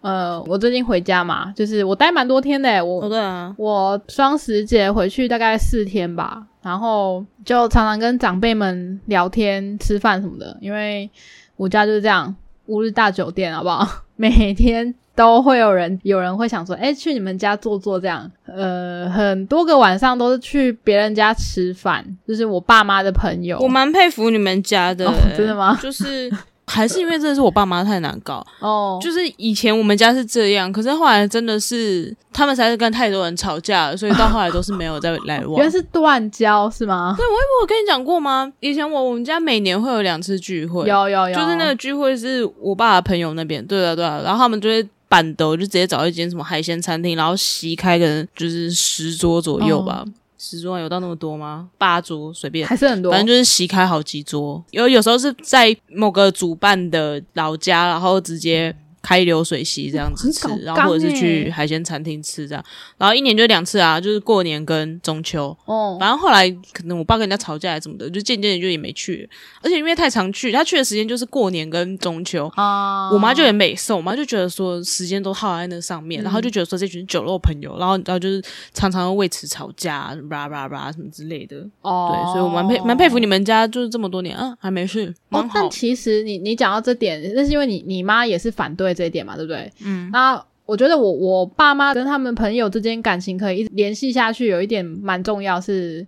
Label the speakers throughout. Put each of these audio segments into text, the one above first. Speaker 1: 呃，我最近回家嘛，就是我待蛮多天的欸，我
Speaker 2: 哦，对啊，
Speaker 1: 我双十节回去大概四天吧，然后就常常跟长辈们聊天、吃饭什么的，因为我家就是这样，乌日大酒店，好不 好？每天都会有人，有人会想说，哎、去你们家坐坐这样。呃，很多个晚上都是去别人家吃饭，就是我爸妈的朋友。
Speaker 2: 我蛮佩服你们家的、欸
Speaker 1: 哦真的吗？
Speaker 2: 就是。还是因为真的是我爸妈太难搞，
Speaker 1: 哦，
Speaker 2: 就是以前我们家是这样，可是后来真的是他们实在是跟太多人吵架了，所以到后来都是没有再来往
Speaker 1: 原来。是断交是吗？
Speaker 2: 我有跟你讲过吗？以前我我们家每年会有两次聚会，
Speaker 1: 有有有，
Speaker 2: 就是那个聚会是我爸的朋友那边，对啊对啊，然后他们就会板凳，就直接找一间什么海鲜餐厅，然后席开个人就是十桌左右吧，
Speaker 1: 哦
Speaker 2: 十桌有到那么多吗？八桌随便。
Speaker 1: 还是很多，
Speaker 2: 反正就是席开好几桌，有有时候是在某个主办的老家，然后直接开流水席这样子吃，
Speaker 1: 很搞
Speaker 2: 然后或者是
Speaker 1: 纲欸
Speaker 2: 去海鲜餐厅吃这样，然后一年就两次啊，就是过年跟中秋。
Speaker 1: 哦，
Speaker 2: 反正后来可能我爸跟人家吵架还是怎么的，就渐渐的就也没去了，而且因为太常去，他去的时间就是过年跟中秋。
Speaker 1: 啊，
Speaker 2: 我妈就很美受，我妈就觉得说时间都耗在那上
Speaker 1: 嗯
Speaker 2: 面，然后就觉得说这群酒肉朋友，然后然后就是常常会为此吵架，叭叭叭什么之类的。
Speaker 1: 哦，
Speaker 2: 对，所以我蛮佩蛮佩服你们家，就是这么多年啊，还没事，蛮
Speaker 1: 哦，
Speaker 2: 好。
Speaker 1: 但其实你你讲到这点，那是因为你你妈也是反对这一点嘛，对不对？嗯，那我觉得我我爸妈跟他们朋友之间感情可以一直联系下去，有一点蛮重要是。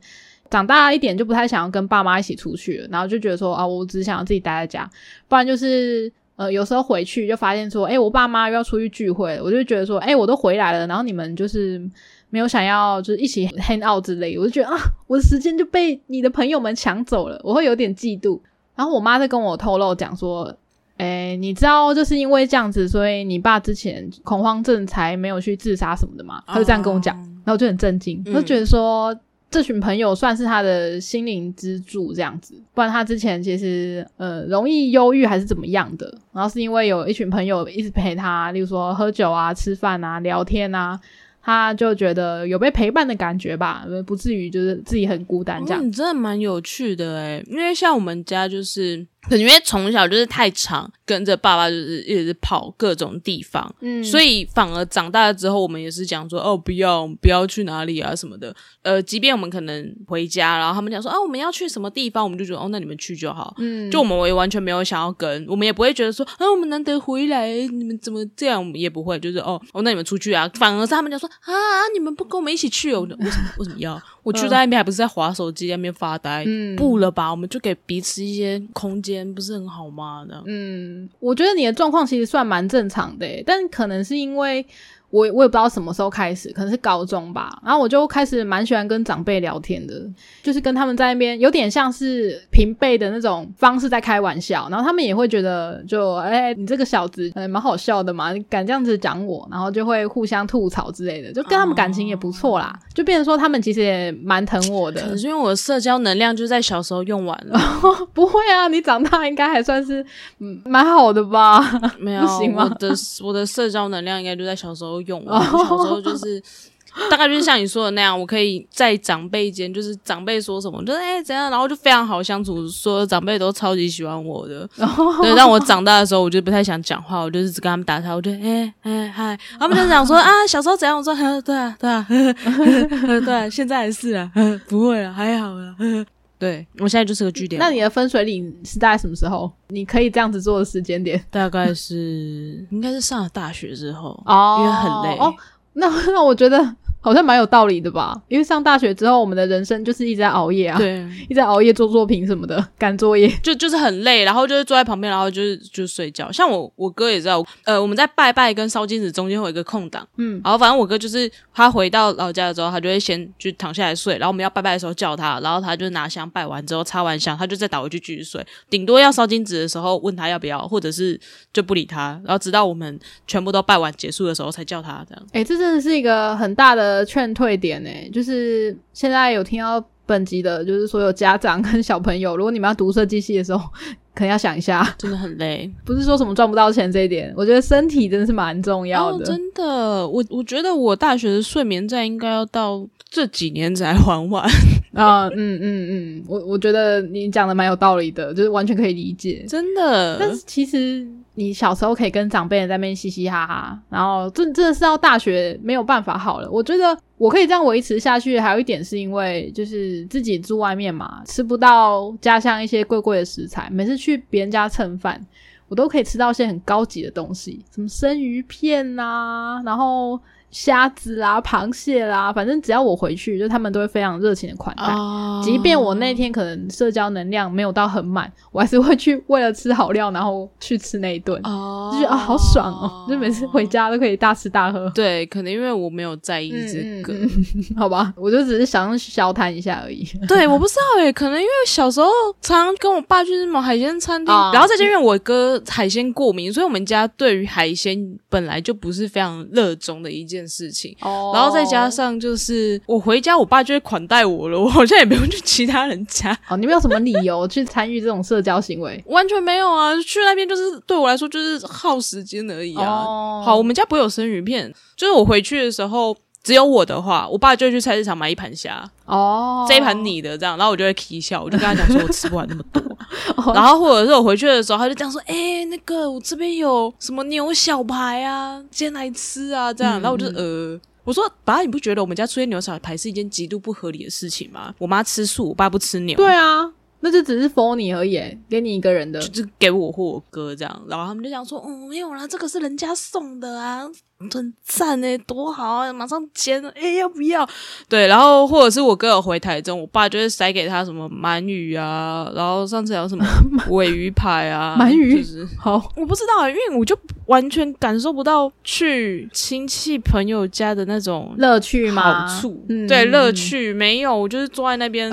Speaker 1: 长大一点就不太想要跟爸妈一起出去了，然后就觉得说啊，我只想要自己待在家，不然就是呃，有时候回去就发现说，哎、我爸妈又要出去聚会了，我就觉得说，哎、我都回来了，然后你们就是没有想要就是一起 hang out 之类的，我就觉得啊，我的时间就被你的朋友们抢走了，我会有点嫉妒。然后我妈在跟我透露讲说，哎、你知道就是因为这样子，所以你爸之前恐慌症才没有去自杀什么的嘛？她就这样跟我讲，
Speaker 2: 哦
Speaker 1: 然后我就很震惊，
Speaker 2: 嗯
Speaker 1: 我就觉得说。这群朋友算是他的心灵支柱，这样子，不然他之前其实呃容易忧郁还是怎么样的，然后是因为有一群朋友一直陪他，例如说喝酒啊、吃饭啊、聊天啊，他就觉得有被陪伴的感觉吧，呃不至于就是自己很孤单这
Speaker 2: 哦
Speaker 1: 样。
Speaker 2: 你真的蛮有趣的诶，因为像我们家就是，可能因为从小就是太常跟着爸爸，就是一直跑各种地方，
Speaker 1: 嗯
Speaker 2: 所以反而长大了之后，我们也是讲说哦，不要不要去哪里啊什么的。呃，即便我们可能回家，然后他们讲说啊，我们要去什么地方，我们就觉得哦，那你们去就好。
Speaker 1: 嗯
Speaker 2: 就我们也完全没有想要跟，我们也不会觉得说，啊，我们难得回来，你们怎么这样？我们也不会，就是哦，哦，那你们出去啊。反而是他们就说，啊，你们不跟我们一起去哦，我为什么为什么要？我去在那边还不是在划手机，在那边发呆，
Speaker 1: 嗯
Speaker 2: 不了吧？我们就给彼此一些空间，不是很好吗？这样
Speaker 1: 嗯，我觉得你的状况其实算蛮正常的耶，欸但可能是因为我我也不知道什么时候开始，可能是高中吧。然后我就开始蛮喜欢跟长辈聊天的，就是跟他们在那边有点像是平辈的那种方式在开玩笑，然后他们也会觉得就哎、你这个小子呃蛮好笑的嘛，你敢这样子讲我，然后就会互相吐槽之类的，就跟他们感情也不错啦，就变成说他们其实也蛮疼我的。
Speaker 2: 哦可能是因为我的社交能量就在小时候用完了，
Speaker 1: 不会啊，你长大应该还算是嗯蛮好的吧？
Speaker 2: 没有，
Speaker 1: 不行吗
Speaker 2: 我的我的社交能量应该就在小时候用完，我小时候就是。大概就是像你说的那样，我可以在长辈间，就是长辈说什么，就是哎、怎样，然后就非常好相处，所有长辈都超级喜欢我的。对，让我长大的时候，我就不太想讲话，我就是只跟他们打招呼，我就哎哎嗨，他们就讲说啊，小时候怎样，我说呵对啊对啊 呵呵呵对啊，现在还是啊， 呵不会啊，还好啊。呵呵对我现在就是个据点王，
Speaker 1: 那你的分水岭是大概什么时候？你可以这样子做的时间点
Speaker 2: 大概是应该是上了大学之后，
Speaker 1: 哦
Speaker 2: 因为很累。
Speaker 1: 哦，那 那我觉得好像蛮有道理的吧，因为上大学之后，我们的人生就是一直在熬夜啊，，
Speaker 2: 对，
Speaker 1: 一直在熬夜做作品什么的，赶作业。
Speaker 2: 就就是很累，然后就是坐在旁边，然后就是就睡觉。像我我哥也知道，呃，我们在拜拜跟烧金纸中间会有一个空档，
Speaker 1: 嗯，
Speaker 2: 然后反正我哥就是他回到老家的时候，他就会先就躺下来睡，然后我们要拜拜的时候叫他，然后他就拿香拜完之后插完香，他就再倒回去继续睡，顶多要烧金纸的时候问他要不要，或者是就不理他，然后直到我们全部都拜完结束的时候才叫他这样。
Speaker 1: 哎、这真的是一个很大的劝退点呢、就是现在有听到本集的，就是所有家长跟小朋友，如果你们要读设计系的时候，可能要想一下，
Speaker 2: 真的很累，
Speaker 1: 不是说什么赚不到钱这一点，我觉得身体真的是蛮重要
Speaker 2: 哦、
Speaker 1: 的。
Speaker 2: 真的，我我觉得我大学的睡眠债应该要到这几年才还完，
Speaker 1: 啊，嗯嗯嗯，我我觉得你讲的蛮有道理的，就是完全可以理解。
Speaker 2: 真的。
Speaker 1: 但是其实你小时候可以跟长辈在那边嘻嘻哈哈，然后真真的是到大学没有办法好了。我觉得我可以这样维持下去，还有一点是因为就是自己住外面嘛，吃不到家乡一些贵贵的食材，每次去别人家蹭饭，我都可以吃到一些很高级的东西，什么生鱼片呐、然后虾子啦、螃蟹啦，反正只要我回去，就他们都会非常热情的款待。
Speaker 2: 啊
Speaker 1: 即便我那天可能社交能量没有到很满，我还是会去为了吃好料，然后去吃那一顿，
Speaker 2: 哦
Speaker 1: 就觉得啊好爽哦！ 就每次回家都可以大吃大喝，
Speaker 2: 对，可能因为我没有在意这
Speaker 1: 嗯
Speaker 2: 个，
Speaker 1: 嗯嗯好吧，我就只是想消摊一下而已。
Speaker 2: 对，我不知道诶、欸可能因为小时候常常跟我爸去那种海鲜餐厅，
Speaker 1: 啊
Speaker 2: 然后再加上我哥海鲜过敏，所以我们家对于海鲜本来就不是非常热衷的一件事情。
Speaker 1: 哦
Speaker 2: 然后再加上就是我回家，我爸就会款待我了，我好像也不用去其他人家，
Speaker 1: 哦，你没有什么理由去参与这种社交行 为
Speaker 2: 完全没有啊。去那边就是对我来说就是耗时间而已啊。
Speaker 1: 哦
Speaker 2: 好，我们家不会有生鱼片，就是我回去的时候。只有我的话，我爸就会去菜市场买一盘虾，
Speaker 1: 哦，
Speaker 2: 这一盘你的这样，然后我就会啼笑，我就跟他讲说我吃不完那么 多，
Speaker 1: 哦
Speaker 2: 然后或者是我回去的时候，他就这样说：“哎、那个我这边有什么牛小排啊，今天来吃啊。”这
Speaker 1: 嗯
Speaker 2: 样，然后我就呃，我说：“爸，你不觉得我们家出现牛小排是一件极度不合理的事情吗？我妈吃素，我爸不吃牛。”
Speaker 1: 对啊，那就只是 for 你而已，给你一个人的
Speaker 2: 就是给我或我哥这样，然后他们就讲说，哦，没有啦，这个是人家送的啊，很赞哎、多好啊，马上煎，哎、要不要？对，然后或者是我哥有回台中，我爸就会塞给他什么鳗鱼啊，然后上次还有 什么尾鱼排啊，
Speaker 1: 鳗鱼
Speaker 2: 就是
Speaker 1: 好
Speaker 2: 我不知道、啊，因为我就完全感受不到去亲戚朋友家的那种
Speaker 1: 乐趣嘛，
Speaker 2: 好处，
Speaker 1: 嗯
Speaker 2: 对乐。趣没有，我就是坐在 那边，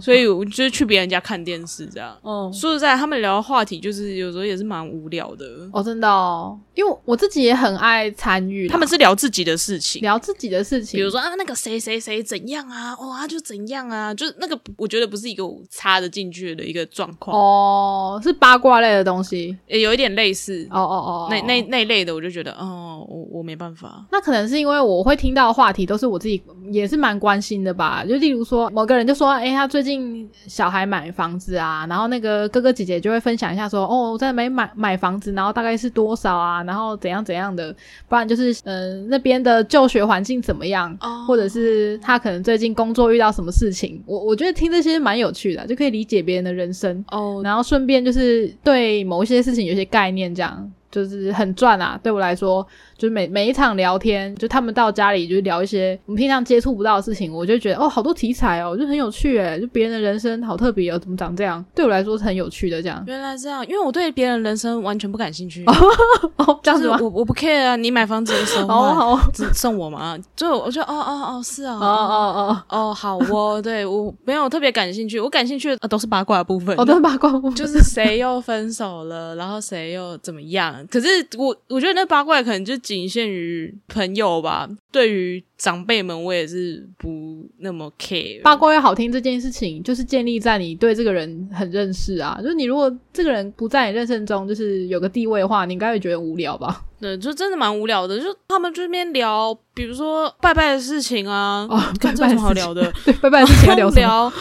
Speaker 2: 所以我就是去别人家看电视这样。
Speaker 1: 哦，
Speaker 2: 说实在，他们聊的话题就是有时候也是蛮无聊的。
Speaker 1: 哦，啊真的哦，因为我自己也很爱参与啦，
Speaker 2: 他们是聊自己的事情，
Speaker 1: 聊自己的事情，
Speaker 2: 比如说啊，那个谁谁谁怎样啊，哦，他就怎样啊，就是那个我觉得不是一个我插得进去的一个状况，
Speaker 1: 哦，是八卦类的东西，
Speaker 2: 也有一点类似、
Speaker 1: 哦哦哦，
Speaker 2: 那那那一类的，我就觉得哦，我我没办法。
Speaker 1: 那可能是因为我会听到的话题都是我自己也是蛮关心的吧，就例如说某个人就说，哎、他最近小孩买房子啊，然后那个哥哥姐姐就会分享一下说，哦，我在没买买房子，然后大概是多少啊，然后怎样怎样的，不然就是嗯、呃那边的就学环境怎么样，
Speaker 2: 哦
Speaker 1: 或者是他可能最近工作遇到什么事情，我我觉得听这些蛮有趣的，就可以理解别人的人生。
Speaker 2: 哦，
Speaker 1: 然后顺便就是对某一些事情有些概念，这样就是很赚啊。对我来说，就是每每一场聊天，就他们到家里就聊一些我们平常接触不到的事情，我就觉得哦，好多题材哦，就很有趣诶，就别人的人生好特别哦，怎么长这样？对我来说是很有趣的这样。
Speaker 2: 原来这样，因为我对别人人生完全不感兴趣，
Speaker 1: 哦，这
Speaker 2: 就
Speaker 1: 样子
Speaker 2: 是
Speaker 1: 吗？
Speaker 2: 我我不 care 啊，你买房子的时候
Speaker 1: 哦，好，哦
Speaker 2: 只送我吗？就我就哦哦哦是啊，
Speaker 1: 哦哦
Speaker 2: 哦，好哦，对我没有特别感兴趣，我感兴趣的、呃都是八卦的部分
Speaker 1: 哦，，我的八卦
Speaker 2: 就是谁又分手了，然后谁又怎么样。可是我我觉得那八卦可能就仅限于朋友吧，对于长辈们我也是不那么 care。
Speaker 1: 八卦要好听这件事情，就是建立在你对这个人很认识啊。就是你如果这个人不在你认识中，就是有个地位的话，你应该会觉得无聊吧？
Speaker 2: 对，就真的蛮无聊的，就他们这边聊，比如说拜拜的事情啊，
Speaker 1: 哦，拜
Speaker 2: 看这
Speaker 1: 拜
Speaker 2: 有
Speaker 1: 的
Speaker 2: 什么好
Speaker 1: 事情，
Speaker 2: 聊的？
Speaker 1: 对，拜拜的 事情要
Speaker 2: 不
Speaker 1: 聊什么？
Speaker 2: 聊，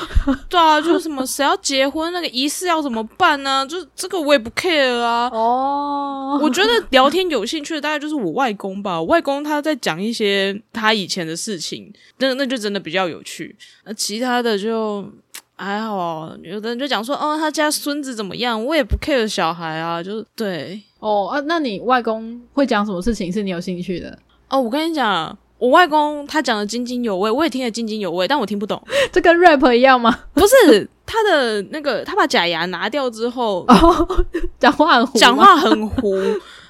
Speaker 2: 对啊，就是什么谁要结婚，那个仪式要怎么办呢、就是这个我也不 care 啊。
Speaker 1: 哦，
Speaker 2: 我觉得聊天有兴趣的大概就是我外公吧，我外公他在讲一些他以前的事情，那那就真的比较有趣。那其他的就还好啊，有的人就讲说，哦，他家孙子怎么样，我也不 care 小孩啊，就是对。
Speaker 1: 哦啊，那你外公会讲什么事情是你有兴趣的？
Speaker 2: 哦，我跟你讲，我外公他讲的津津有味，我也听得津津有味，但我听不懂。
Speaker 1: 这跟 rap 一样吗？
Speaker 2: 不是他的那个，他把假牙拿掉之后，
Speaker 1: 哦，讲话很糊吗
Speaker 2: 讲话很糊。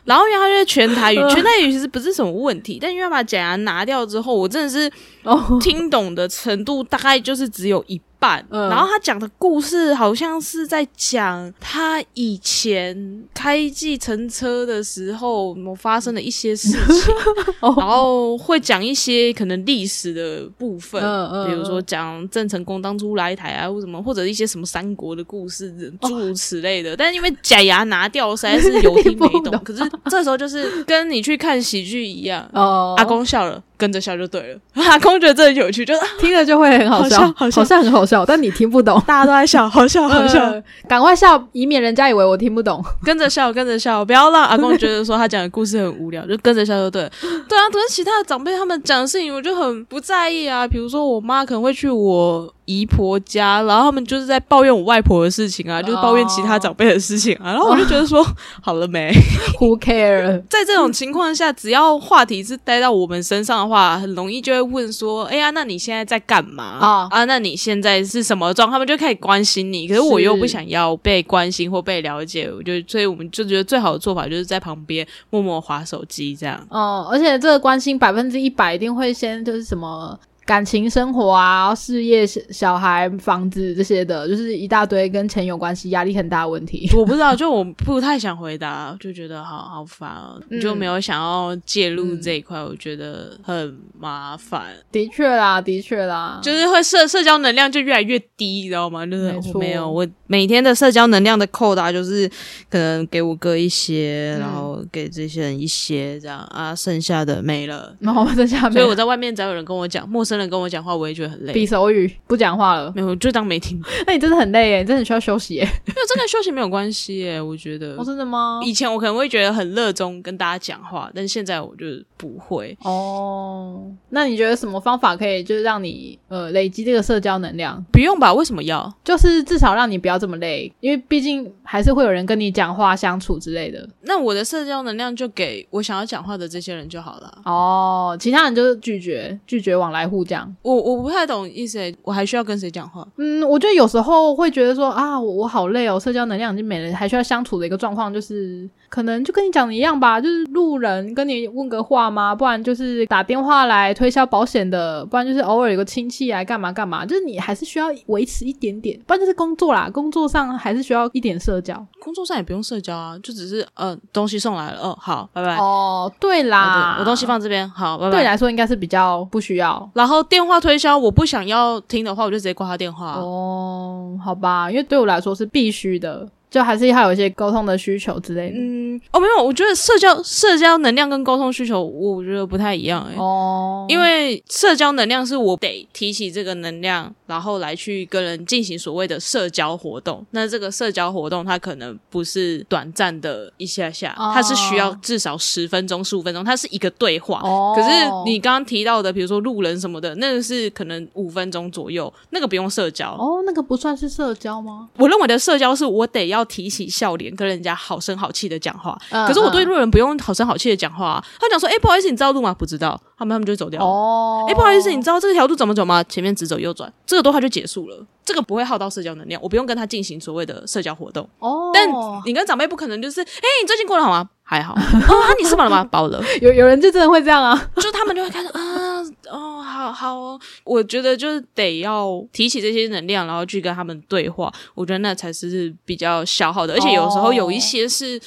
Speaker 2: 然后因为他就是全台语，
Speaker 1: 嗯
Speaker 2: 全台语其实不是什么问题，但因为他把假牙拿掉之后，我真的是
Speaker 1: 哦，
Speaker 2: 听懂的程度大概就是只有一半。
Speaker 1: 嗯
Speaker 2: 然后他讲的故事好像是在讲他以前开计程车的时候某发生的一些事情，
Speaker 1: 哦
Speaker 2: 然后会讲一些可能历史的部分。
Speaker 1: 嗯嗯
Speaker 2: 比如说讲郑成功当初来台啊，或什么，或者一些什么三国的故事，诸如此类的。但是因为假牙拿掉，实在是有
Speaker 1: 嗯
Speaker 2: 听
Speaker 1: 听不
Speaker 2: 没
Speaker 1: 懂
Speaker 2: 懂。可是这时候就是跟你去看喜剧一样，
Speaker 1: 哦，
Speaker 2: 阿公笑了，跟着笑就对了。 阿公觉得这很有趣，就是 啊
Speaker 1: 听着就会很好笑，
Speaker 2: 好笑好笑。
Speaker 1: 很好笑，但你听不 懂
Speaker 2: 大家都在笑，好笑好笑，
Speaker 1: 呃赶快笑，以免人家以为我听不懂。
Speaker 2: 跟着笑跟着笑，不要让阿公觉得说他讲的故事很无聊，就 跟着笑就对了。对啊，可是其他的长辈他们讲的事情我就很不在意啊，比如说我妈可能会去我姨婆家，然后他们就是在抱怨我外婆的事情啊，就是抱怨其他长辈的事情啊，然后我就觉得说 好了没。
Speaker 1: Who care？
Speaker 2: 在这种情况下，只要话题是待到我们身上的话，很容易就会问说：“哎呀，那你现在在干嘛
Speaker 1: 哦
Speaker 2: 啊？啊，那你现在是什么状况？”他们就开始关心你，可是我又
Speaker 1: 是
Speaker 2: 不想要被关心或被了解，我就所以我们就觉得最好的做法就是在旁边默默划手机这样。
Speaker 1: 哦、而且这个关心百分之一百一定会先就是什么感情生活啊、事业、小小孩、房子这些的，就是一大堆跟钱有关系、压力很大的问题。
Speaker 2: 我不知道，就我不太想回答，就觉得好好烦、哦，
Speaker 1: 嗯
Speaker 2: 就没有想要介入这一块，我觉得很麻烦。
Speaker 1: 的确啦，的确啦，
Speaker 2: 就是会社社交能量就越来越低，你知道吗？就是
Speaker 1: 没错
Speaker 2: 我没有，我每天的社交能量的扣打就是可能给我哥一
Speaker 1: 嗯
Speaker 2: 些，然后给这些人一些，这样啊，剩下的没了。
Speaker 1: 然后在下
Speaker 2: 所
Speaker 1: 面
Speaker 2: 以我在外面只要有人跟我讲，陌生人跟我讲话，我也觉得很
Speaker 1: 啊比
Speaker 2: 累。
Speaker 1: 手语不讲话了，
Speaker 2: 没有，我就当没听。 没
Speaker 1: 那你真的很累耶，你真的很需要休息耶。
Speaker 2: 有，这跟休息没有关系耶， 我觉得
Speaker 1: 哦，。真的吗？
Speaker 2: 以前我可能会觉得很热衷跟大家讲话，但现在我就是不会。
Speaker 1: 哦，那你觉得什么方法可以就是让你呃累积这个社交能量？
Speaker 2: 不用吧？为什么要？
Speaker 1: 就是至少让你不要这么累，因为毕竟还是会有人跟你讲话、相处之类的。
Speaker 2: 那我的社交能量就给我想要讲话的这些人就好了。
Speaker 1: 哦，其他人就是拒绝拒绝往来互讲。
Speaker 2: 我我不太懂意思耶，我还需要跟谁讲话？
Speaker 1: 嗯，我觉得有时候会觉得说啊，我我好累哦，社交能量已经没了，还需要相处的一个状况就是，可能就跟你讲的一样吧，就是路人跟你问个话嘛，不然就是打电话来推销保险的，不然就是偶尔有个亲戚来干嘛干嘛，就是你还是需要维持一点点，不然就是工作啦，工作上还是需要一点社交。
Speaker 2: 工作上也不用社交啊，就只是呃东西送来了，哦好，拜拜。
Speaker 1: 哦，对
Speaker 2: 啊
Speaker 1: 啦，
Speaker 2: 对我东西放这边，好，拜
Speaker 1: 对啊你
Speaker 2: 拜。
Speaker 1: 来说应该是比较不需要。
Speaker 2: 然后电话推销，我不想要听的话，我就直接挂他电话。啊
Speaker 1: 哦，好吧，因为对我来说是必须的，就还是还有一些沟通的需求之类的。
Speaker 2: 嗯，哦没有，我觉得社交社交能量跟沟通需求，我觉得不太一样哎、
Speaker 1: 哦，
Speaker 2: 因为社交能量是我得提起这个能量，然后来去跟人进行所谓的社交活动。那这个社交活动，它可能不是短暂的一下下，
Speaker 1: 哦
Speaker 2: 它是需要至少十分钟、十五分钟，它是一个对话。
Speaker 1: 哦，
Speaker 2: 可是你刚刚提到的，比如说路人什么的，那个是可能五分钟左右，那个不用社交。
Speaker 1: 哦，那个不算是社交吗？
Speaker 2: 我认为的社交是我得要提起笑脸，跟人家好声好气的讲话。
Speaker 1: 嗯
Speaker 2: 可是我
Speaker 1: 嗯
Speaker 2: 对路人不用好声好气的讲话、啊，他讲说：“哎、不好意思，你知道路吗？”不知道，他们他们就会走掉了。
Speaker 1: 哦，
Speaker 2: 哎、不好意思，你知道这条路怎么走吗？前面直走右转，这个的话就结束了。这个不会耗到社交能量，我不用跟他进行所谓的社交活动。
Speaker 1: 哦，
Speaker 2: 但你跟长辈不可能就是，哎、你最近过得好吗？还好。 哦啊，你吃饱了吗？饱了。
Speaker 1: 有有人就真的会这样啊？
Speaker 2: 就他们就会开始啊，哦，好好哦。我觉得就是得要提起这些能量，然后去跟他们对话。我觉得那才是比较消耗的，而且有时候有一些是。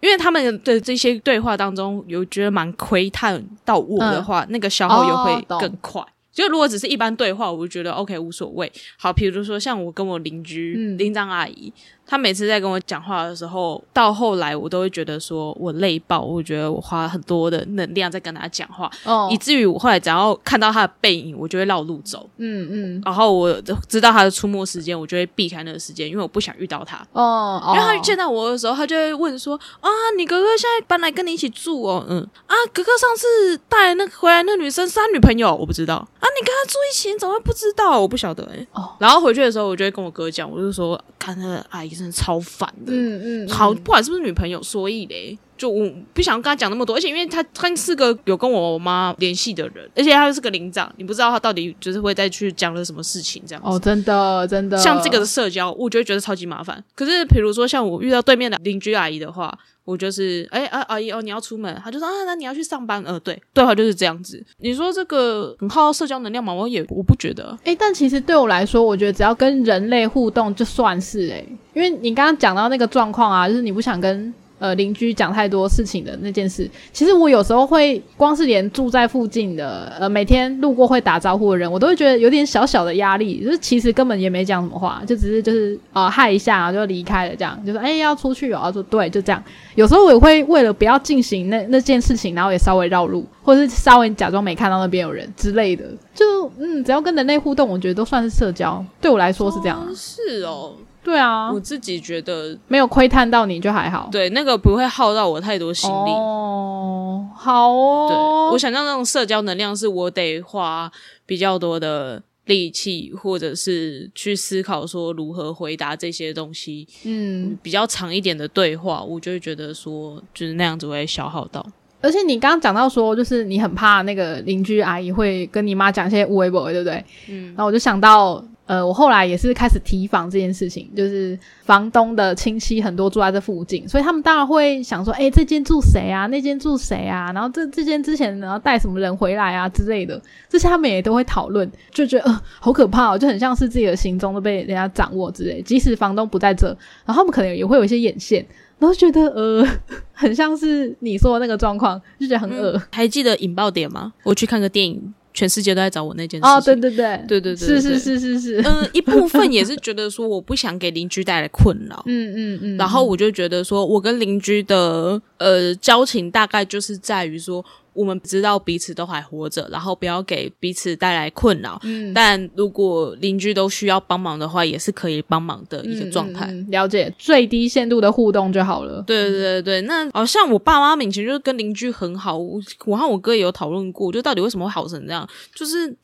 Speaker 2: 因为他们的这些对话当中，有觉得蛮窥探到我的话，那个消耗又
Speaker 1: 哦
Speaker 2: 会
Speaker 1: 懂
Speaker 2: 更快。就如果只是一般对话，我就觉得 OK 无所谓。好，比如说像我跟我邻居、
Speaker 1: 嗯
Speaker 2: 邻长阿姨，她每次在跟我讲话的时候，到后来我都会觉得说我累爆，我觉得我花很多的能量在跟她讲话，
Speaker 1: 哦
Speaker 2: 以，至于我后来只要看到她的背影，我就会绕路走。
Speaker 1: 嗯嗯，
Speaker 2: 然后我知道她的出没时间，我就会避开那个时间，因为我不想遇到她。
Speaker 1: 哦，
Speaker 2: 因为他
Speaker 1: 哦
Speaker 2: 见到我的时候，他就会问说：“啊，你哥哥现在搬来跟你一起住哦？嗯，啊，哥哥上次带那个回来那女生是他女朋友，我不知道啊，你跟他住一起，你怎么会不知道？我不晓得哎、
Speaker 1: 哦
Speaker 2: 然后回去的时候，我就会跟我哥讲，我就说：“看那个阿姨真的超烦的，
Speaker 1: 嗯嗯，
Speaker 2: 好，
Speaker 1: 嗯
Speaker 2: 不管是不是女朋友，所以嘞，就我不想跟他讲那么多，而且因为他他是个有跟我妈联系的人，而且他又是个领长，你不知道他到底就是会再去讲了什么事情这样子。
Speaker 1: 哦，真的真的，
Speaker 2: 像这个的社交，我就会觉得超级麻烦。可是比如说像我遇到对面的邻居阿姨的话，我就是哎、啊阿姨哦你要出门，她就说啊那你要去上班呃对对话就是这样子。你说这个很耗社交能量吗？我也我不觉得。
Speaker 1: 诶，但其实对我来说，我觉得只要跟人类互动，就算是诶，因为你刚刚讲到那个状况啊，就是你不想跟呃邻居讲太多事情的那件事，其实我有时候会光是连住在附近的呃每天路过会打招呼的人，我都会觉得有点小小的压力，就是其实根本也没讲什么话，就只是就是啊、呃、嗨一下、啊、就离开了这样，就说哎、要出去哦，啊说对就这样。有时候我也会为了不要进行那那件事情，然后也稍微绕路，或者是稍微假装没看到那边有人之类的，就嗯只要跟人类互动，我觉得都算是社交，对我来说是这样啊。
Speaker 2: 哦是哦，
Speaker 1: 对啊
Speaker 2: 我，自己觉得
Speaker 1: 没有窥探到你就还好。
Speaker 2: 对那个不会耗到我太多心力。
Speaker 1: 哦，好
Speaker 2: 对
Speaker 1: 哦，，
Speaker 2: 我想象那种社交能量是我得花比较多的力气，或者是去思考说如何回答这些东西，
Speaker 1: 嗯，
Speaker 2: 比较长一点的对话，我就会觉得说，就是那样子会消耗到。
Speaker 1: 而且你刚刚讲到说，就是你很怕那个邻居阿姨会跟你妈讲一些无微不对不对？嗯，然后我就想到，呃，我后来也是开始提防这件事情，就是房东的亲戚很多住在这附近，所以他们当然会想说，哎、这间住谁啊？那间住谁啊？然后这这间之前然后带什么人回来啊之类的，这些他们也都会讨论，就觉得呃好可怕哦，就很像是自己的行踪都被人家掌握之类。即使房东不在这，然后他们可能也会有一些眼线。然后觉得呃， 很像是你说的那个状况，就觉得很
Speaker 2: 嗯
Speaker 1: 恶、
Speaker 2: 还记得引爆点吗？我去看个电影，全世界都在找我那件事情。
Speaker 1: 哦，对对对，
Speaker 2: 对对对
Speaker 1: 是
Speaker 2: 对
Speaker 1: 是
Speaker 2: 对
Speaker 1: 是是是，
Speaker 2: 嗯、一部分也是觉得说我不想给邻居带来困扰，
Speaker 1: 嗯嗯嗯，
Speaker 2: 然后我就觉得说，我跟邻居的呃交情大概就是在于说，我们知道彼此都还活着，然后不要给彼此带来困扰。
Speaker 1: 嗯
Speaker 2: 但如果邻居都需要帮忙的话，也是可以帮忙的一个状态。
Speaker 1: 嗯嗯嗯了解最低限度的互动就好了。
Speaker 2: 对对对对，那好像我爸妈以前就是跟邻居很好，我我和我哥也有讨论过，就到底为什么会好成这样，就是嘖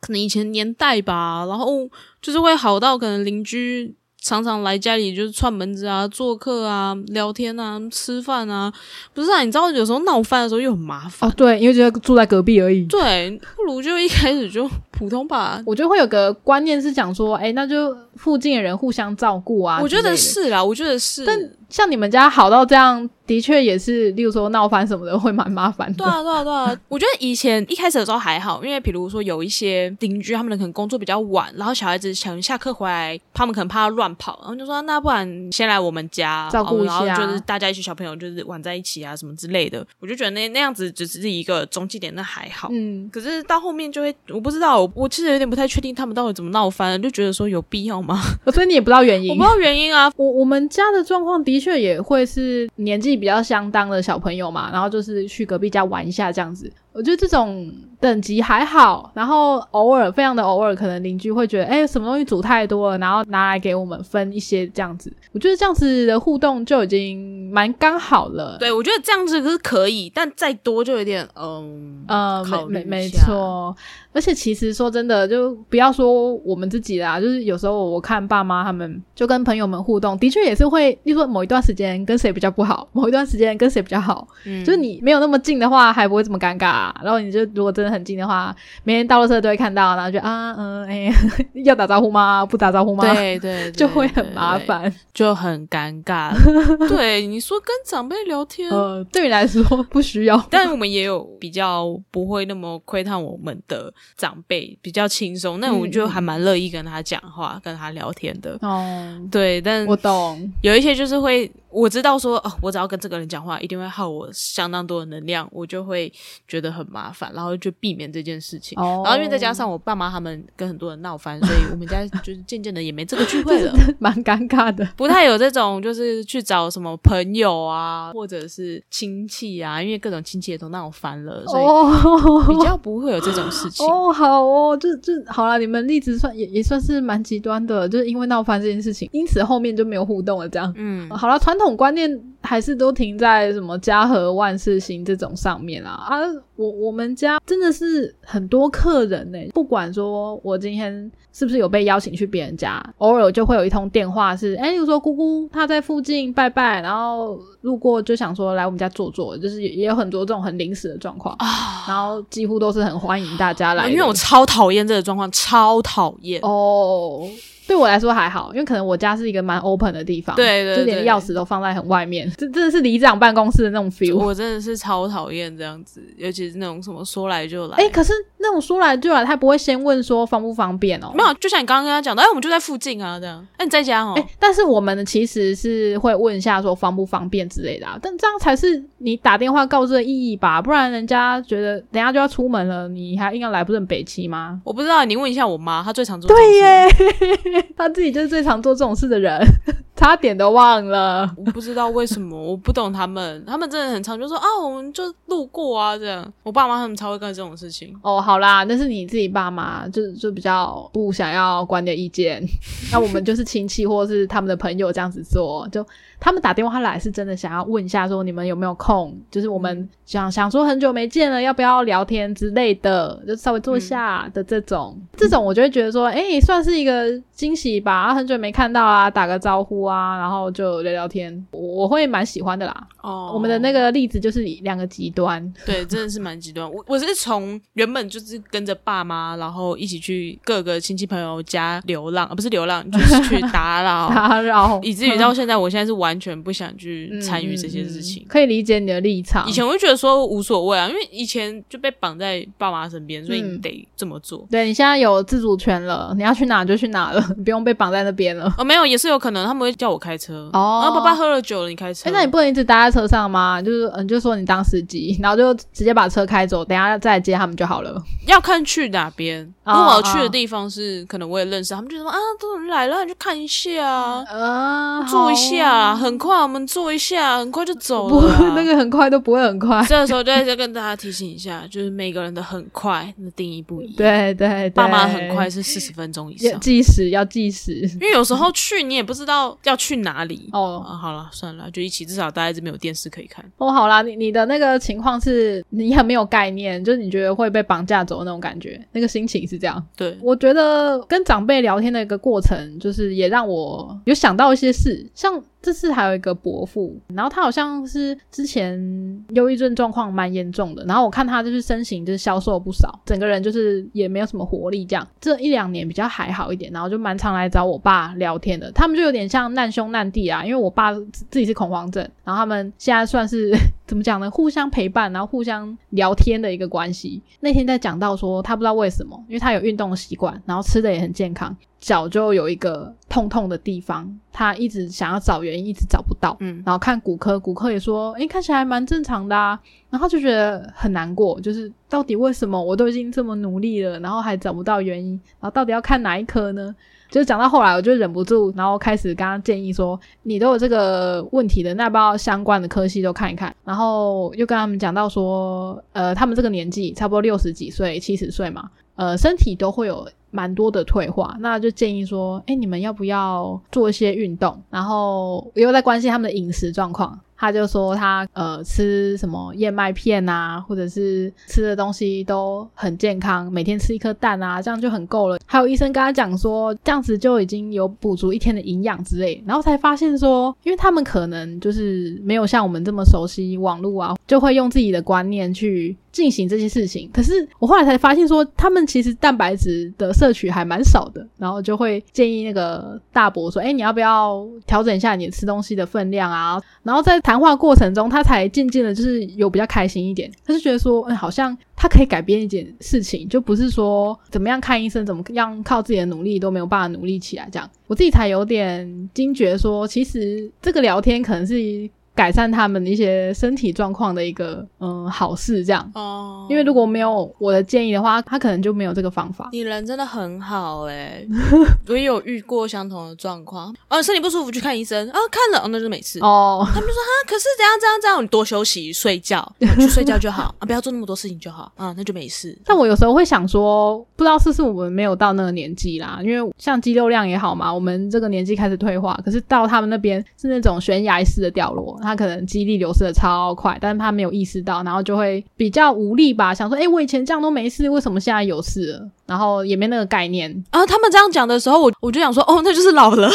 Speaker 2: 可能以前年代吧，然后就是会好到可能邻居常常来家里就是串门子啊、做客啊、聊天啊、吃饭啊，不是啊，你知道有时候闹翻的时候又很麻烦，
Speaker 1: 哦，对，因为觉得住在隔壁而已。
Speaker 2: 对，不如就一开始就普通吧。
Speaker 1: 我觉得会有个观念是讲说，哎，那就附近的人互相照顾啊。
Speaker 2: 我觉得
Speaker 1: 之类的，
Speaker 2: 是啦，我觉得是，
Speaker 1: 但像你们家好到这样，的确也是，例如说闹翻什么的，会蛮麻烦的。
Speaker 2: 对啊，对啊，对啊！我觉得以前一开始的时候还好，因为比如说有一些邻居，他们可能工作比较晚，然后小孩子想下课回来，他们可能怕他乱跑，然后就说那不然先来我们家
Speaker 1: 照顾一下啊
Speaker 2: 哦然后就是大家一起小朋友就是玩在一起啊什么之类的。我就觉得那那样子只是一个中继点，那还好。
Speaker 1: 嗯，
Speaker 2: 可是到后面就会，我不知道，我我其实有点不太确定他们到底怎么闹翻了，就觉得说有必要吗？
Speaker 1: 所以你也不知道原因。
Speaker 2: 我不知道原因啊，
Speaker 1: 我我们家的状况的确也会是年纪比较相当的小朋友嘛，然后就是去隔壁家玩一下这样子。我觉得这种等级还好，然后偶尔非常的偶尔，可能邻居会觉得，哎、什么东西煮太多了，然后拿来给我们分一些这样子。我觉得这样子的互动就已经蛮刚好了。，
Speaker 2: 对我觉得这样子是可以，但再多就有点嗯
Speaker 1: 呃，
Speaker 2: 考虑
Speaker 1: 没没没
Speaker 2: 一下
Speaker 1: 错。而且其实说真的，就不要说我们自己啦，就是有时候我看爸妈他们就跟朋友们互动，的确也是会，例如说某一段时间跟谁比较不好，某一段时间跟谁比较好，
Speaker 2: 嗯
Speaker 1: 就是你没有那么近的话，还不会这么尴尬、啊然后你就如果真的很近的话，每天到了车都会看到，然后就啊嗯哎、 要打招呼吗？不打招呼吗？
Speaker 2: 对对，对
Speaker 1: 就会很
Speaker 2: 对
Speaker 1: 麻
Speaker 2: 对
Speaker 1: 烦。
Speaker 2: 就很尴尬。 对，你说跟长辈聊天，
Speaker 1: 呃，对你来说 不需要。
Speaker 2: 但我们也有比较不会那么窥探我们的长辈，比较轻松。那我就还蛮乐意跟他讲话、跟他聊天的。
Speaker 1: 哦，
Speaker 2: 对，但
Speaker 1: 我懂。
Speaker 2: 有一些就是会，我知道说，哦，我只要跟这个人讲话，一定会耗我相当多的能量，我就会觉得很麻烦，然后就避免这件事情。
Speaker 1: 哦
Speaker 2: 嗯然后因为再加上我爸妈他们跟很多人闹翻，所以我们家就是渐渐的也没这个聚会了。
Speaker 1: 蛮尴尬的。
Speaker 2: 不太有这种，就是去找什么朋友啊，或者是亲戚啊，因为各种亲戚也都闹翻了，所以
Speaker 1: 哦，
Speaker 2: 比较不会有这种事情。
Speaker 1: 哦，好哦，就就好了。你们例子算也也算是蛮极端的，就是因为闹翻这件事情，因此后面就没有互动了。这样、
Speaker 2: 嗯，
Speaker 1: 好了，传统观念还是都停在什么家和万事兴这种上面啊啊！我我们家真的是很多客人呢、不管说我今天是不是有被邀请去别人家，偶尔就会有一通电话是，哎、比如说姑姑她在附近拜拜，然后路过就想说来我们家坐坐，就是也也有很多这种很临时的状况。
Speaker 2: 啊，
Speaker 1: 然后几乎都是很欢迎大家来的，
Speaker 2: 哦因为我超讨厌这个状况，超讨厌。
Speaker 1: 哦哦，对我来说还好，因为可能我家是一个蛮 open 的地方，
Speaker 2: 对对
Speaker 1: 就连
Speaker 2: 对
Speaker 1: 钥匙都放在很外面，这真的是里长办公室的那种 feel。
Speaker 2: 我真的是超讨厌这样子，尤其是那种什么说来就来。
Speaker 1: 哎、可是那种说来就来，他不会先问说方不方便哦。
Speaker 2: 没有，啊就像你刚刚跟他讲的，哎，我们就在附近啊，这样。哎，你在家哦
Speaker 1: 哎、？但是我们其实是会问一下说方不方便之类的、啊，但这样才是你打电话告知的意义吧？不然人家觉得等一下就要出门了，你还硬要来，不是很北齐吗？
Speaker 2: 我不知道，你问一下我妈，她最常做。对耶，
Speaker 1: 他自己就是最常做这种事的人， 差点都忘了。
Speaker 2: 我不知道为什么，我不懂他们，他们真的很常就说啊，我们就路过啊这样。我爸妈他们超会干这种事情。
Speaker 1: 哦，好啦，那是你自己爸妈，就就比较不想要管你的意见。 那我们就是亲戚或是他们的朋友这样子做，就他们打电话来是真的想要问一下说你们有没有空，就是我们想想说很久没见了，要不要聊天之类的，就稍微坐下的这种，这种我就会觉得说，哎、算是一个惊喜吧，啊很久没看到啊，打个招呼啊，然后就聊聊天，我我会蛮喜欢的啦。
Speaker 2: 哦
Speaker 1: 我们的那个例子就是两个极端，
Speaker 2: 对，真的是蛮极端。我我是从原本就是跟着爸妈，然后一起去各个亲戚朋友家流浪，啊、不是流浪，就是去 打扰，
Speaker 1: 打扰，
Speaker 2: 以至于到现在，我现在是完全不想去参与这些事
Speaker 1: 嗯
Speaker 2: 情。
Speaker 1: 嗯嗯嗯可以理解你的立场。
Speaker 2: 以前我就觉得说无所谓啊，因为以前就被绑在爸妈身边，所以你
Speaker 1: 嗯
Speaker 2: 得这么做。
Speaker 1: 对你现在有自主权了，你要去哪就去哪了， 不用被绑在那边 了。
Speaker 2: 哦，没有，也是有可能他们会叫我开车。
Speaker 1: 哦
Speaker 2: 然后啊爸爸喝了酒了，你开车。
Speaker 1: 哎、那你不能一直待在车上吗？就是嗯，就说你当司机，然后就直接把车开走，等一下再来接他们就好了。
Speaker 2: 要看去哪边。如
Speaker 1: 哦
Speaker 2: 果我去的地方是可能我也认识，他们就说啊，都人来了，你去看一下啊。
Speaker 1: 啊，
Speaker 2: 坐一下啊，很快我们坐一下，很快就走
Speaker 1: 不
Speaker 2: 了啊。
Speaker 1: 那个很快都不会很快。
Speaker 2: 这个时候就在跟大家提醒一下，就是每个人的很快那定义不一样。，
Speaker 1: 对对对，
Speaker 2: 爸妈很快，是四十分钟以
Speaker 1: 要
Speaker 2: 上，
Speaker 1: 计时要计时。
Speaker 2: 因为有时候去你也不知道要去哪里。
Speaker 1: 哦
Speaker 2: 啊，好了，算了，就一起，至少大家这边有电视可以看。
Speaker 1: 哦，好啦，你你的那个情况是你很没有概念，就是你觉得会被绑架走的那种感觉，那个心情是这样。
Speaker 2: 对，
Speaker 1: 我觉得跟长辈聊天的一个过程，就是也让我有想到一些事，像这次还有一个伯父，然后他好像是之前忧郁症状况蛮严重的，然后我看他就是身形就是消瘦不少，整个人就是也没有什么活力，这样这一两年比较还好一点，然后就蛮常来找我爸聊天的，他们就有点像难兄难弟啊，因为我爸自己是恐慌症，然后他们现在算是怎么讲呢？互相陪伴，然后互相聊天的一个关系。那天在讲到说，他不知道为什么，因为他有运动的习惯，然后吃的也很健康，脚就有一个痛痛的地方，他一直想要找原因，一直找不到。
Speaker 2: 嗯，
Speaker 1: 然后看骨科，骨科也说，诶，看起来蛮正常的啊。然后他就觉得很难过，就是到底为什么我都已经这么努力了，然后还找不到原因，然后到底要看哪一科呢？就是讲到后来，我就忍不住，然后开始跟他建议说，你都有这个问题的，那要不要相关的科系都看一看？然后又跟他们讲到说，呃，他们这个年纪差不多六十几岁、七十岁嘛，呃，身体都会有蛮多的退化，那就建议说，哎，你们要不要做一些运动？然后又在关心他们的饮食状况。他就说他呃吃什么燕麦片啊，或者是吃的东西都很健康，每天吃一颗蛋啊，这样就很够了。还有医生跟他讲说，这样子就已经有补足一天的营养之类。然后才发现说，因为他们可能就是没有像我们这么熟悉网络啊，就会用自己的观念去进行这些事情。可是我后来才发现说，他们其实蛋白质的摄取还蛮少的，然后就会建议那个大伯说：“哎、你要不要调整一下你吃东西的分量啊？”然后在谈话过程中，他才渐渐的就是有比较开心一点，他就觉得说，嗯，好像他可以改变一点事情，就不是说怎么样看医生，怎么样靠自己的努力都没有办法努力起来这样。我自己才有点惊觉说，其实这个聊天可能是改善他们一些身体状况的一个嗯好事这样。
Speaker 2: 哦，
Speaker 1: 因为如果没有我的建议的话，他可能就没有这个方法。
Speaker 2: 你人真的很好哎、 我也有遇过相同的状况，哦，身体不舒服去看医生，啊，看了，哦，那就没事。
Speaker 1: 哦，
Speaker 2: 可是怎样怎样怎样，你多休息睡 觉，啊去睡觉就好啊，不要做那么多事情就好啊，那就没事。
Speaker 1: 但我有时候会想说，不知道是不是我们没有到那个年纪啦，因为像肌肉量也好嘛，我们这个年纪开始退化，可是到他们那边是那种悬崖式的掉落，他可能肌力流失的超快，但是他没有意识到，然后就会比较无力吧，想说，诶，我以前这样都没事，为什么现在有事了？然后也没那个概念。
Speaker 2: 然后啊他们这样讲的时候，我我就想说，哦，那就是老了，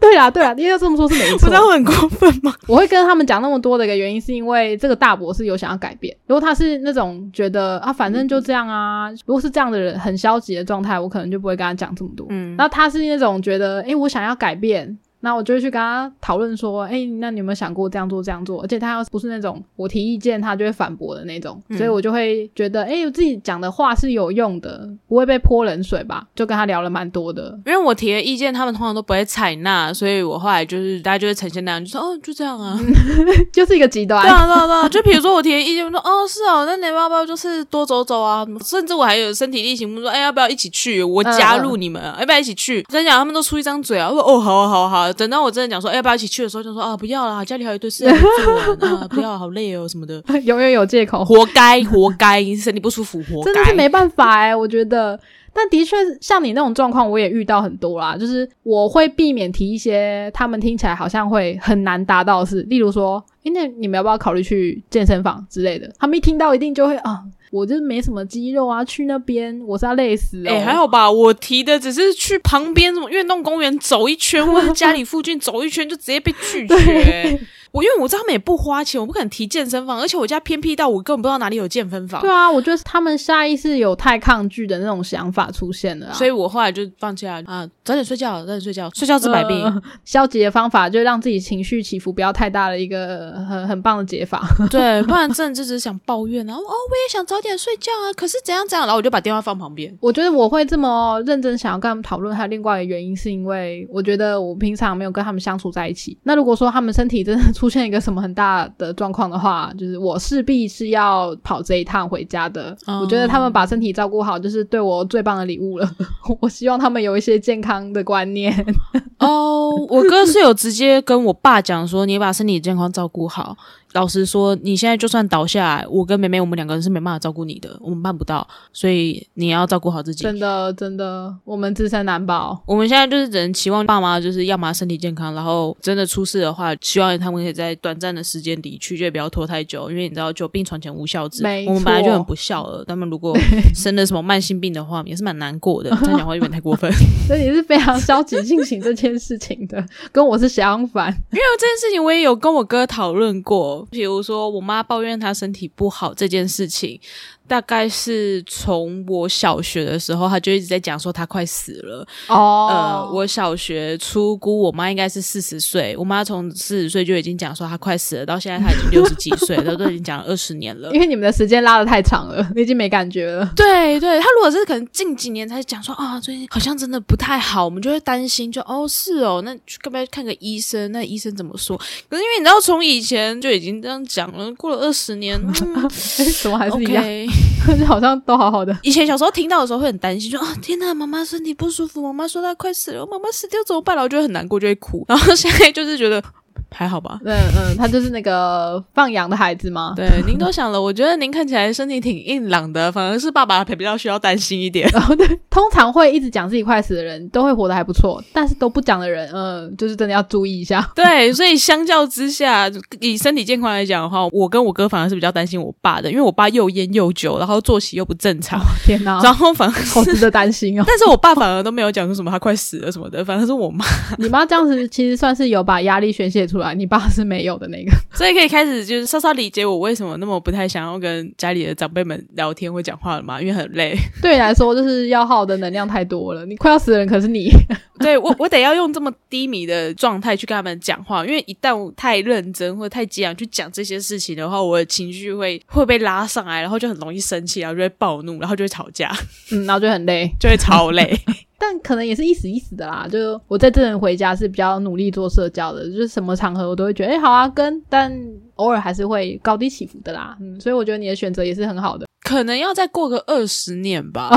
Speaker 1: 对啦，对啦，因为要这么说是没
Speaker 2: 不
Speaker 1: 错
Speaker 2: 知。道会很过分吗？
Speaker 1: 我会跟他们讲那么多的一个原因，是因为这个大伯是有想要改变。如果他是那种觉得啊，反正就这样啊，如果是这样的人，很消极的状态，我可能就不会跟他讲这么多。
Speaker 2: 嗯
Speaker 1: 然后他是那种觉得，诶，我想要改变，那我就会去跟他讨论说，哎、那你有没有想过这样做这样做？而且他要不是那种我提意见他就会反驳的那种，
Speaker 2: 嗯
Speaker 1: 所以我就会觉得，哎、我自己讲的话是有用的，不会被泼冷水吧？就跟他聊了蛮多 的。
Speaker 2: 因为我提的意见，他们通常都不会采纳，所以我后来就是大家就会呈现那样，就说哦，就这样啊，
Speaker 1: 就是一个极端，
Speaker 2: 对啊，对啊，对啊。就比如说我提的意见，我说哦，是哦，那你要不要就是多走走啊？甚至我还有身体力行，我说哎，要不要一起去？我加
Speaker 1: 嗯
Speaker 2: 入你们啊，要不要一起去？真讲他们都出一张嘴啊，我说哦，好啊，好啊好啊。等到我真的讲说哎，要不要一起去的时候，就说啊，不要啦，家里还有一堆事要 做啊，啊不要，好累哦什么的。
Speaker 1: 永远有借口。
Speaker 2: 活该，活该，身体不舒服，活该。
Speaker 1: 真的是没办法哎、我觉得。但的确，像你那种状况，我也遇到很多啦。就是我会避免提一些他们听起来好像会很难达到的事，例如说，诶、那你们要不要考虑去健身房之类的？他们一听到一定就会啊，我就是没什么肌肉啊，去那边我是要累死哦。
Speaker 2: 哎、还好吧，我提的只是去旁边什么运动公园走一圈，或者家里附近走一圈，就直接被 拒绝。我因为我知道他们也不花钱，我不可能提健身房，而且我家偏僻到我根本不知道哪里有健身房
Speaker 1: 对，啊，我觉得他们下意识有太抗拒的那种想法出现了啊。
Speaker 2: 所以我后来就放弃了啊，早点睡觉，早点睡觉， 睡觉治百病。
Speaker 1: 呃消极的方法，就是让自己情绪起伏不要太大的一个呃很很棒的解法。
Speaker 2: 对，不然真的就只是想抱怨啊，哦，我也想早点睡觉啊，可是怎样怎样，然后我就把电话放旁边。
Speaker 1: 我觉得我会这么认真想要跟他们讨论，还有另外一个原因是因为我觉得我平常没有跟他们相处在一起。那如果说他们身体真的出现一个什么很大的状况的话，就是我势必是要跑这一趟回家的。
Speaker 2: 嗯
Speaker 1: 我觉得他们把身体照顾好，就是对我最棒的礼物了。 我希望他们有一些健康的观念。
Speaker 2: 哦，我哥是有直接跟我爸讲说，你把身体健康照顾好。老实说，你现在就算倒下来，我跟妹妹我们两个人是没办法照顾你的，我们办不到，所以你要照顾好自己。
Speaker 1: 真的，真的，我们自身难保。
Speaker 2: 我们现在就是只能期望爸妈就是要么身体健康，然后真的出事的话，希望他们可以在短暂的时间离去，就也不要拖太久，因为你知道久病床前无孝子，
Speaker 1: 没
Speaker 2: 我们本来就
Speaker 1: 错
Speaker 2: 很不孝 了。他们如果生了什么慢性病的话，也是蛮难过的。这样讲话有点太过分。
Speaker 1: 所以你是非常消极进行这件事情的，跟我是相反。
Speaker 2: 这件事情我也有跟我哥讨论过，比如说我妈抱怨她身体不好这件事情，大概是从我小学的时候，她就一直在讲说她快死了。
Speaker 1: 哦
Speaker 2: 呃，我小学初估我妈应该是四十岁，我妈从四十岁就已经讲说她快死了，到现在她已经六十几岁了，都已经讲了二十年了
Speaker 1: 因。为你们的时间拉的太长了，你已经没感觉了。
Speaker 2: 对对，她如果是可能近几年才讲说啊，最近好像真的不太好，我们就会担心就，哦是哦，那去要不要看个医生？那医生怎么说？可是因为你知道，从以前就已经这样讲了，过了二十年、嗯
Speaker 1: 哎，怎么还是一样？
Speaker 2: ，OK。
Speaker 1: 就好像都好好的。
Speaker 2: 以前小时候听到的时候会很担心，就啊天呐，妈妈身体不舒服，妈妈说她快死了，妈妈死掉怎么办？然后就会很难过，就会哭。然后现在就是觉得还好 吧。
Speaker 1: 嗯嗯，他就是那个放羊的孩子吗？
Speaker 2: 对，您都想了，我觉得您看起来身体挺硬朗的，反而是爸爸比较需要担心一点。
Speaker 1: 然后对，通常会一直讲自己快死的人，都会活得还不错，但是都不讲的人，嗯，就是真的要注意一下。
Speaker 2: 对，所以相较之下，以身体健康来讲的话，我跟我哥反而是比较担心我爸的，因为我爸又烟又酒，然后作息又不正常，
Speaker 1: 天哪，
Speaker 2: 然后反而
Speaker 1: 哦好
Speaker 2: 是，。
Speaker 1: 值得担心哦
Speaker 2: 但是我爸反而都没有讲说什么他快死了什么的，反而是我妈。
Speaker 1: 你妈这样子其实算是有把压力宣泄出来，你爸是没有的那个。
Speaker 2: 所以可以开始就是稍稍理解我为什么那么不太想要跟家里的长辈们聊天或讲话了嘛，因为很累。
Speaker 1: 对你来说，就是要耗的能量太多了，你快要死的人可是你。
Speaker 2: 对我，我得要用这么低迷的状态去跟他们讲话，因为一旦我太认真或太激昂去讲这些事情的话，我的情绪会会被拉上来，然后就很容易生气，然后就会暴怒，然后就会吵架，
Speaker 1: 嗯，然后就很累，
Speaker 2: 就会超累。
Speaker 1: 但可能也是一时一时的啦。就我在这人回家是比较努力做社交的，就是什么场合我都会觉得，哎、好啊，跟，但偶尔还是会高低起伏的啦。嗯，所以我觉得你的选择也是很好的。
Speaker 2: 可能要再过个二十年吧，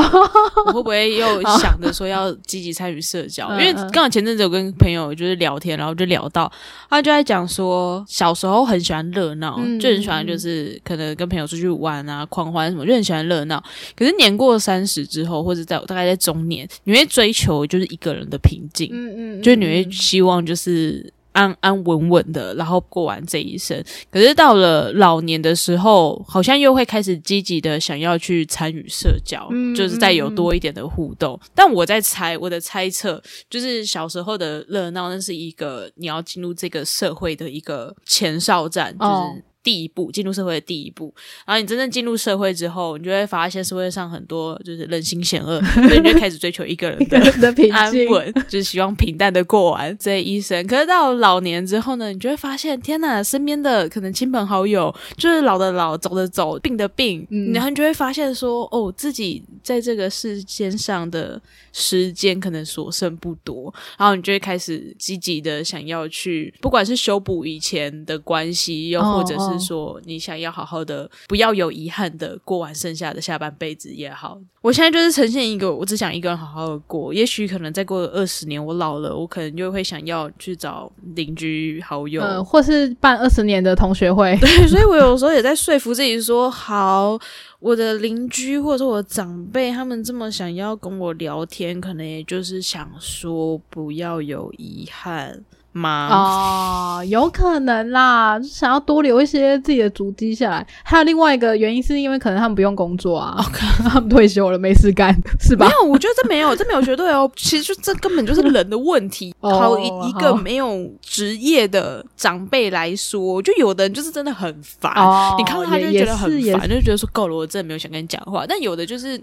Speaker 2: 我会不会又想着说要积极参与社交？
Speaker 1: 嗯
Speaker 2: 因为
Speaker 1: 嗯
Speaker 2: 刚好前阵子有跟朋友就是聊天，然后就聊到他就在讲说，小时候很喜欢热闹，
Speaker 1: 嗯
Speaker 2: 就很喜欢就是可能跟朋友出去玩啊、狂欢什么，就很喜欢热闹。可是年过三十之后，或者在大概在中年，你会追求就是一个人的平静，
Speaker 1: 嗯嗯，
Speaker 2: 就是你会希望就是安安稳稳的，然后过完这一生。可是到了老年的时候，好像又会开始积极的想要去参与社交，
Speaker 1: 嗯
Speaker 2: 就是再有多一点的互动。但我在猜，我的猜测就是小时候的热闹，那是一个你要进入这个社会的一个前哨站，就
Speaker 1: 哦
Speaker 2: 是。第一步，进入社会的第一步。然后你真正进入社会之后，你就会发现社会上很多就是人心险恶，所以你就开始追求一个人 的
Speaker 1: 人的平
Speaker 2: 安
Speaker 1: 静，
Speaker 2: 稳，就是希望平淡的过完这一生。可是到老年之后呢，你就会发现，天哪，身边的可能亲朋好友，就是老的老，走的走，病的病，
Speaker 1: 嗯
Speaker 2: 然后你就会发现说，哦，自己在这个世间上的时间可能所剩不多，然后你就会开始积极的想要去，不管是修补以前的关系，又
Speaker 1: 哦
Speaker 2: 或者
Speaker 1: 哦
Speaker 2: 是说你想要好好的，不要有遗憾的过完剩下的下半辈子也好。我现在就是呈现一个，我只想一个人好好的过。也许可能再过二十年，我老了，我可能就会想要去找邻居好友，
Speaker 1: 嗯，或是办二十年的同学会，
Speaker 2: 对，所以我有时候也在说服自己说，好，我的邻居或者说我的长辈，他们这么想要跟我聊天，可能也就是想说不要有遗憾嘛。啊
Speaker 1: 哦，有可能啦，想要多留一些自己的足迹下来。还有另外一个原因，是因为可能他们不用工作啊
Speaker 2: 哦
Speaker 1: 他们退休了没事干，是
Speaker 2: 没
Speaker 1: 吧？
Speaker 2: 有，我觉得这没有，这没有绝对 哦。其实就这根本就是人的问题。
Speaker 1: 哦
Speaker 2: 好一一
Speaker 1: 好
Speaker 2: 个没有职业的长辈来说，就有的人就是真的很烦。
Speaker 1: 哦，
Speaker 2: 你看到他就
Speaker 1: 也
Speaker 2: 觉得很
Speaker 1: 也是也
Speaker 2: 烦，
Speaker 1: 是
Speaker 2: 就觉得说够了，我真的没有想跟你讲话。但有的就是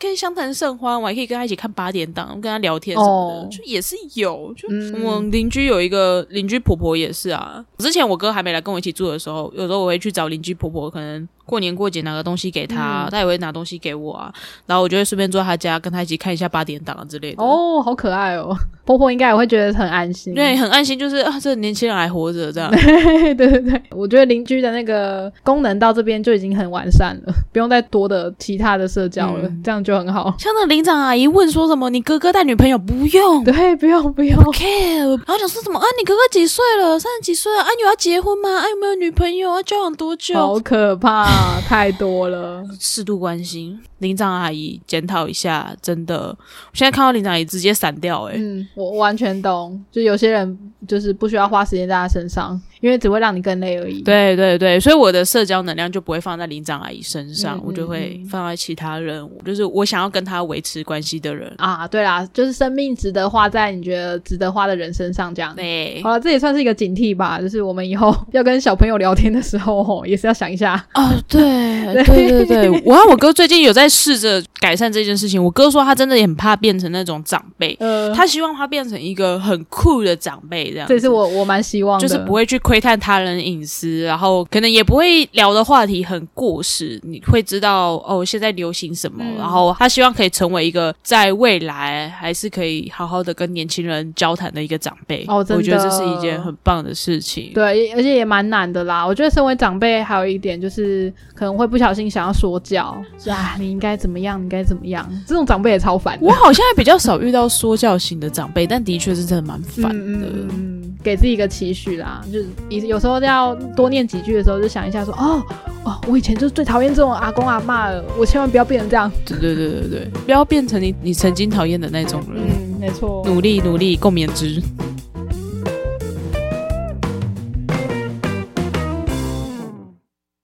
Speaker 2: 可以相谈甚欢，我还可以跟他一起看八点档，跟他聊天什么的，
Speaker 1: 哦
Speaker 2: 就也是有。就
Speaker 1: 嗯
Speaker 2: 我邻居有一个邻居婆婆也是啊，之前我哥还没来跟我一起住的时候，有时候我会去找邻居婆婆，可能过年过节拿个东西给她，
Speaker 1: 嗯
Speaker 2: 她也会拿东西给我啊，然后我就会顺便坐她家跟她一起看一下八点档啊之类的。
Speaker 1: 哦，好可爱哦。 婆婆应该也会觉得很安心。
Speaker 2: 对，很安心，就是啊，这年轻人还活着这样。
Speaker 1: 对对对，我觉得邻居的那个功能到这边就已经很完善了， 不用再多的其他的社交了，
Speaker 2: 嗯
Speaker 1: 这样就很好。
Speaker 2: 像那邻长阿姨问说什么，你哥哥带女朋友不用，
Speaker 1: 对，不用不 用，
Speaker 2: care，然后想说什么啊？你哥哥几岁了？三十几岁了？啊，你有要结婚吗？啊，有没有女朋友？啊，交往多久？
Speaker 1: 好可怕， 太多了。
Speaker 2: 适度关心，林长阿姨检讨一下，真的，我现在看到林长阿姨直接闪掉、欸，
Speaker 1: 嗯，我我完全懂，就有些人就是不需要花时间在他身上，因为只会让你更累而已。，
Speaker 2: 对对对，所以我的社交能量就不会放在林长阿姨身上，
Speaker 1: 嗯
Speaker 2: 我就会
Speaker 1: 嗯嗯
Speaker 2: 放在其他人，就是我想要跟她维持关系的人。
Speaker 1: 啊，对啦，就是生命值得花在你觉得值得花的人身上，这样。
Speaker 2: 对
Speaker 1: 好了，这也算是一个警惕吧，就是我们以后 要跟小朋友聊天的时候，吼也是要想一下。
Speaker 2: 哦，对对对对， 我和我哥最近有在试着改善这件事情。我哥说他真的也很怕变成那种长辈，
Speaker 1: 呃，
Speaker 2: 他希望他变成一个很酷的长辈，这样
Speaker 1: 这也是我我蛮希望的，
Speaker 2: 就是不会去窥探他人隐私，然后可能也不会聊的话题很过时，你会知道哦现在流行什么，
Speaker 1: 嗯
Speaker 2: 然后他希望可以成为一个在未来还是可以好好的跟年轻人交谈的一个长辈。
Speaker 1: 哦真的
Speaker 2: 我觉得这是一件很棒的事情。
Speaker 1: 对，也而且也蛮难的啦。我觉得身为长辈，还有一点就是可能会不小心想要说教，是啊，你应该怎么样，你应该怎么样，这种长辈也超烦的。
Speaker 2: 我好像也比较少遇到说教型的长辈，但的确是真的蛮烦
Speaker 1: 嗯
Speaker 2: 的。
Speaker 1: 嗯嗯嗯，给自己一个期许啦，就是有有时候要多念几句的时候，就想一下说，哦哦，我以前就是最讨厌这种阿公阿妈了，我千万不要变成这样。
Speaker 2: 对对对对对，不要变成你你曾经讨厌的那种人。
Speaker 1: 嗯，没错。
Speaker 2: 努力努力，共勉之。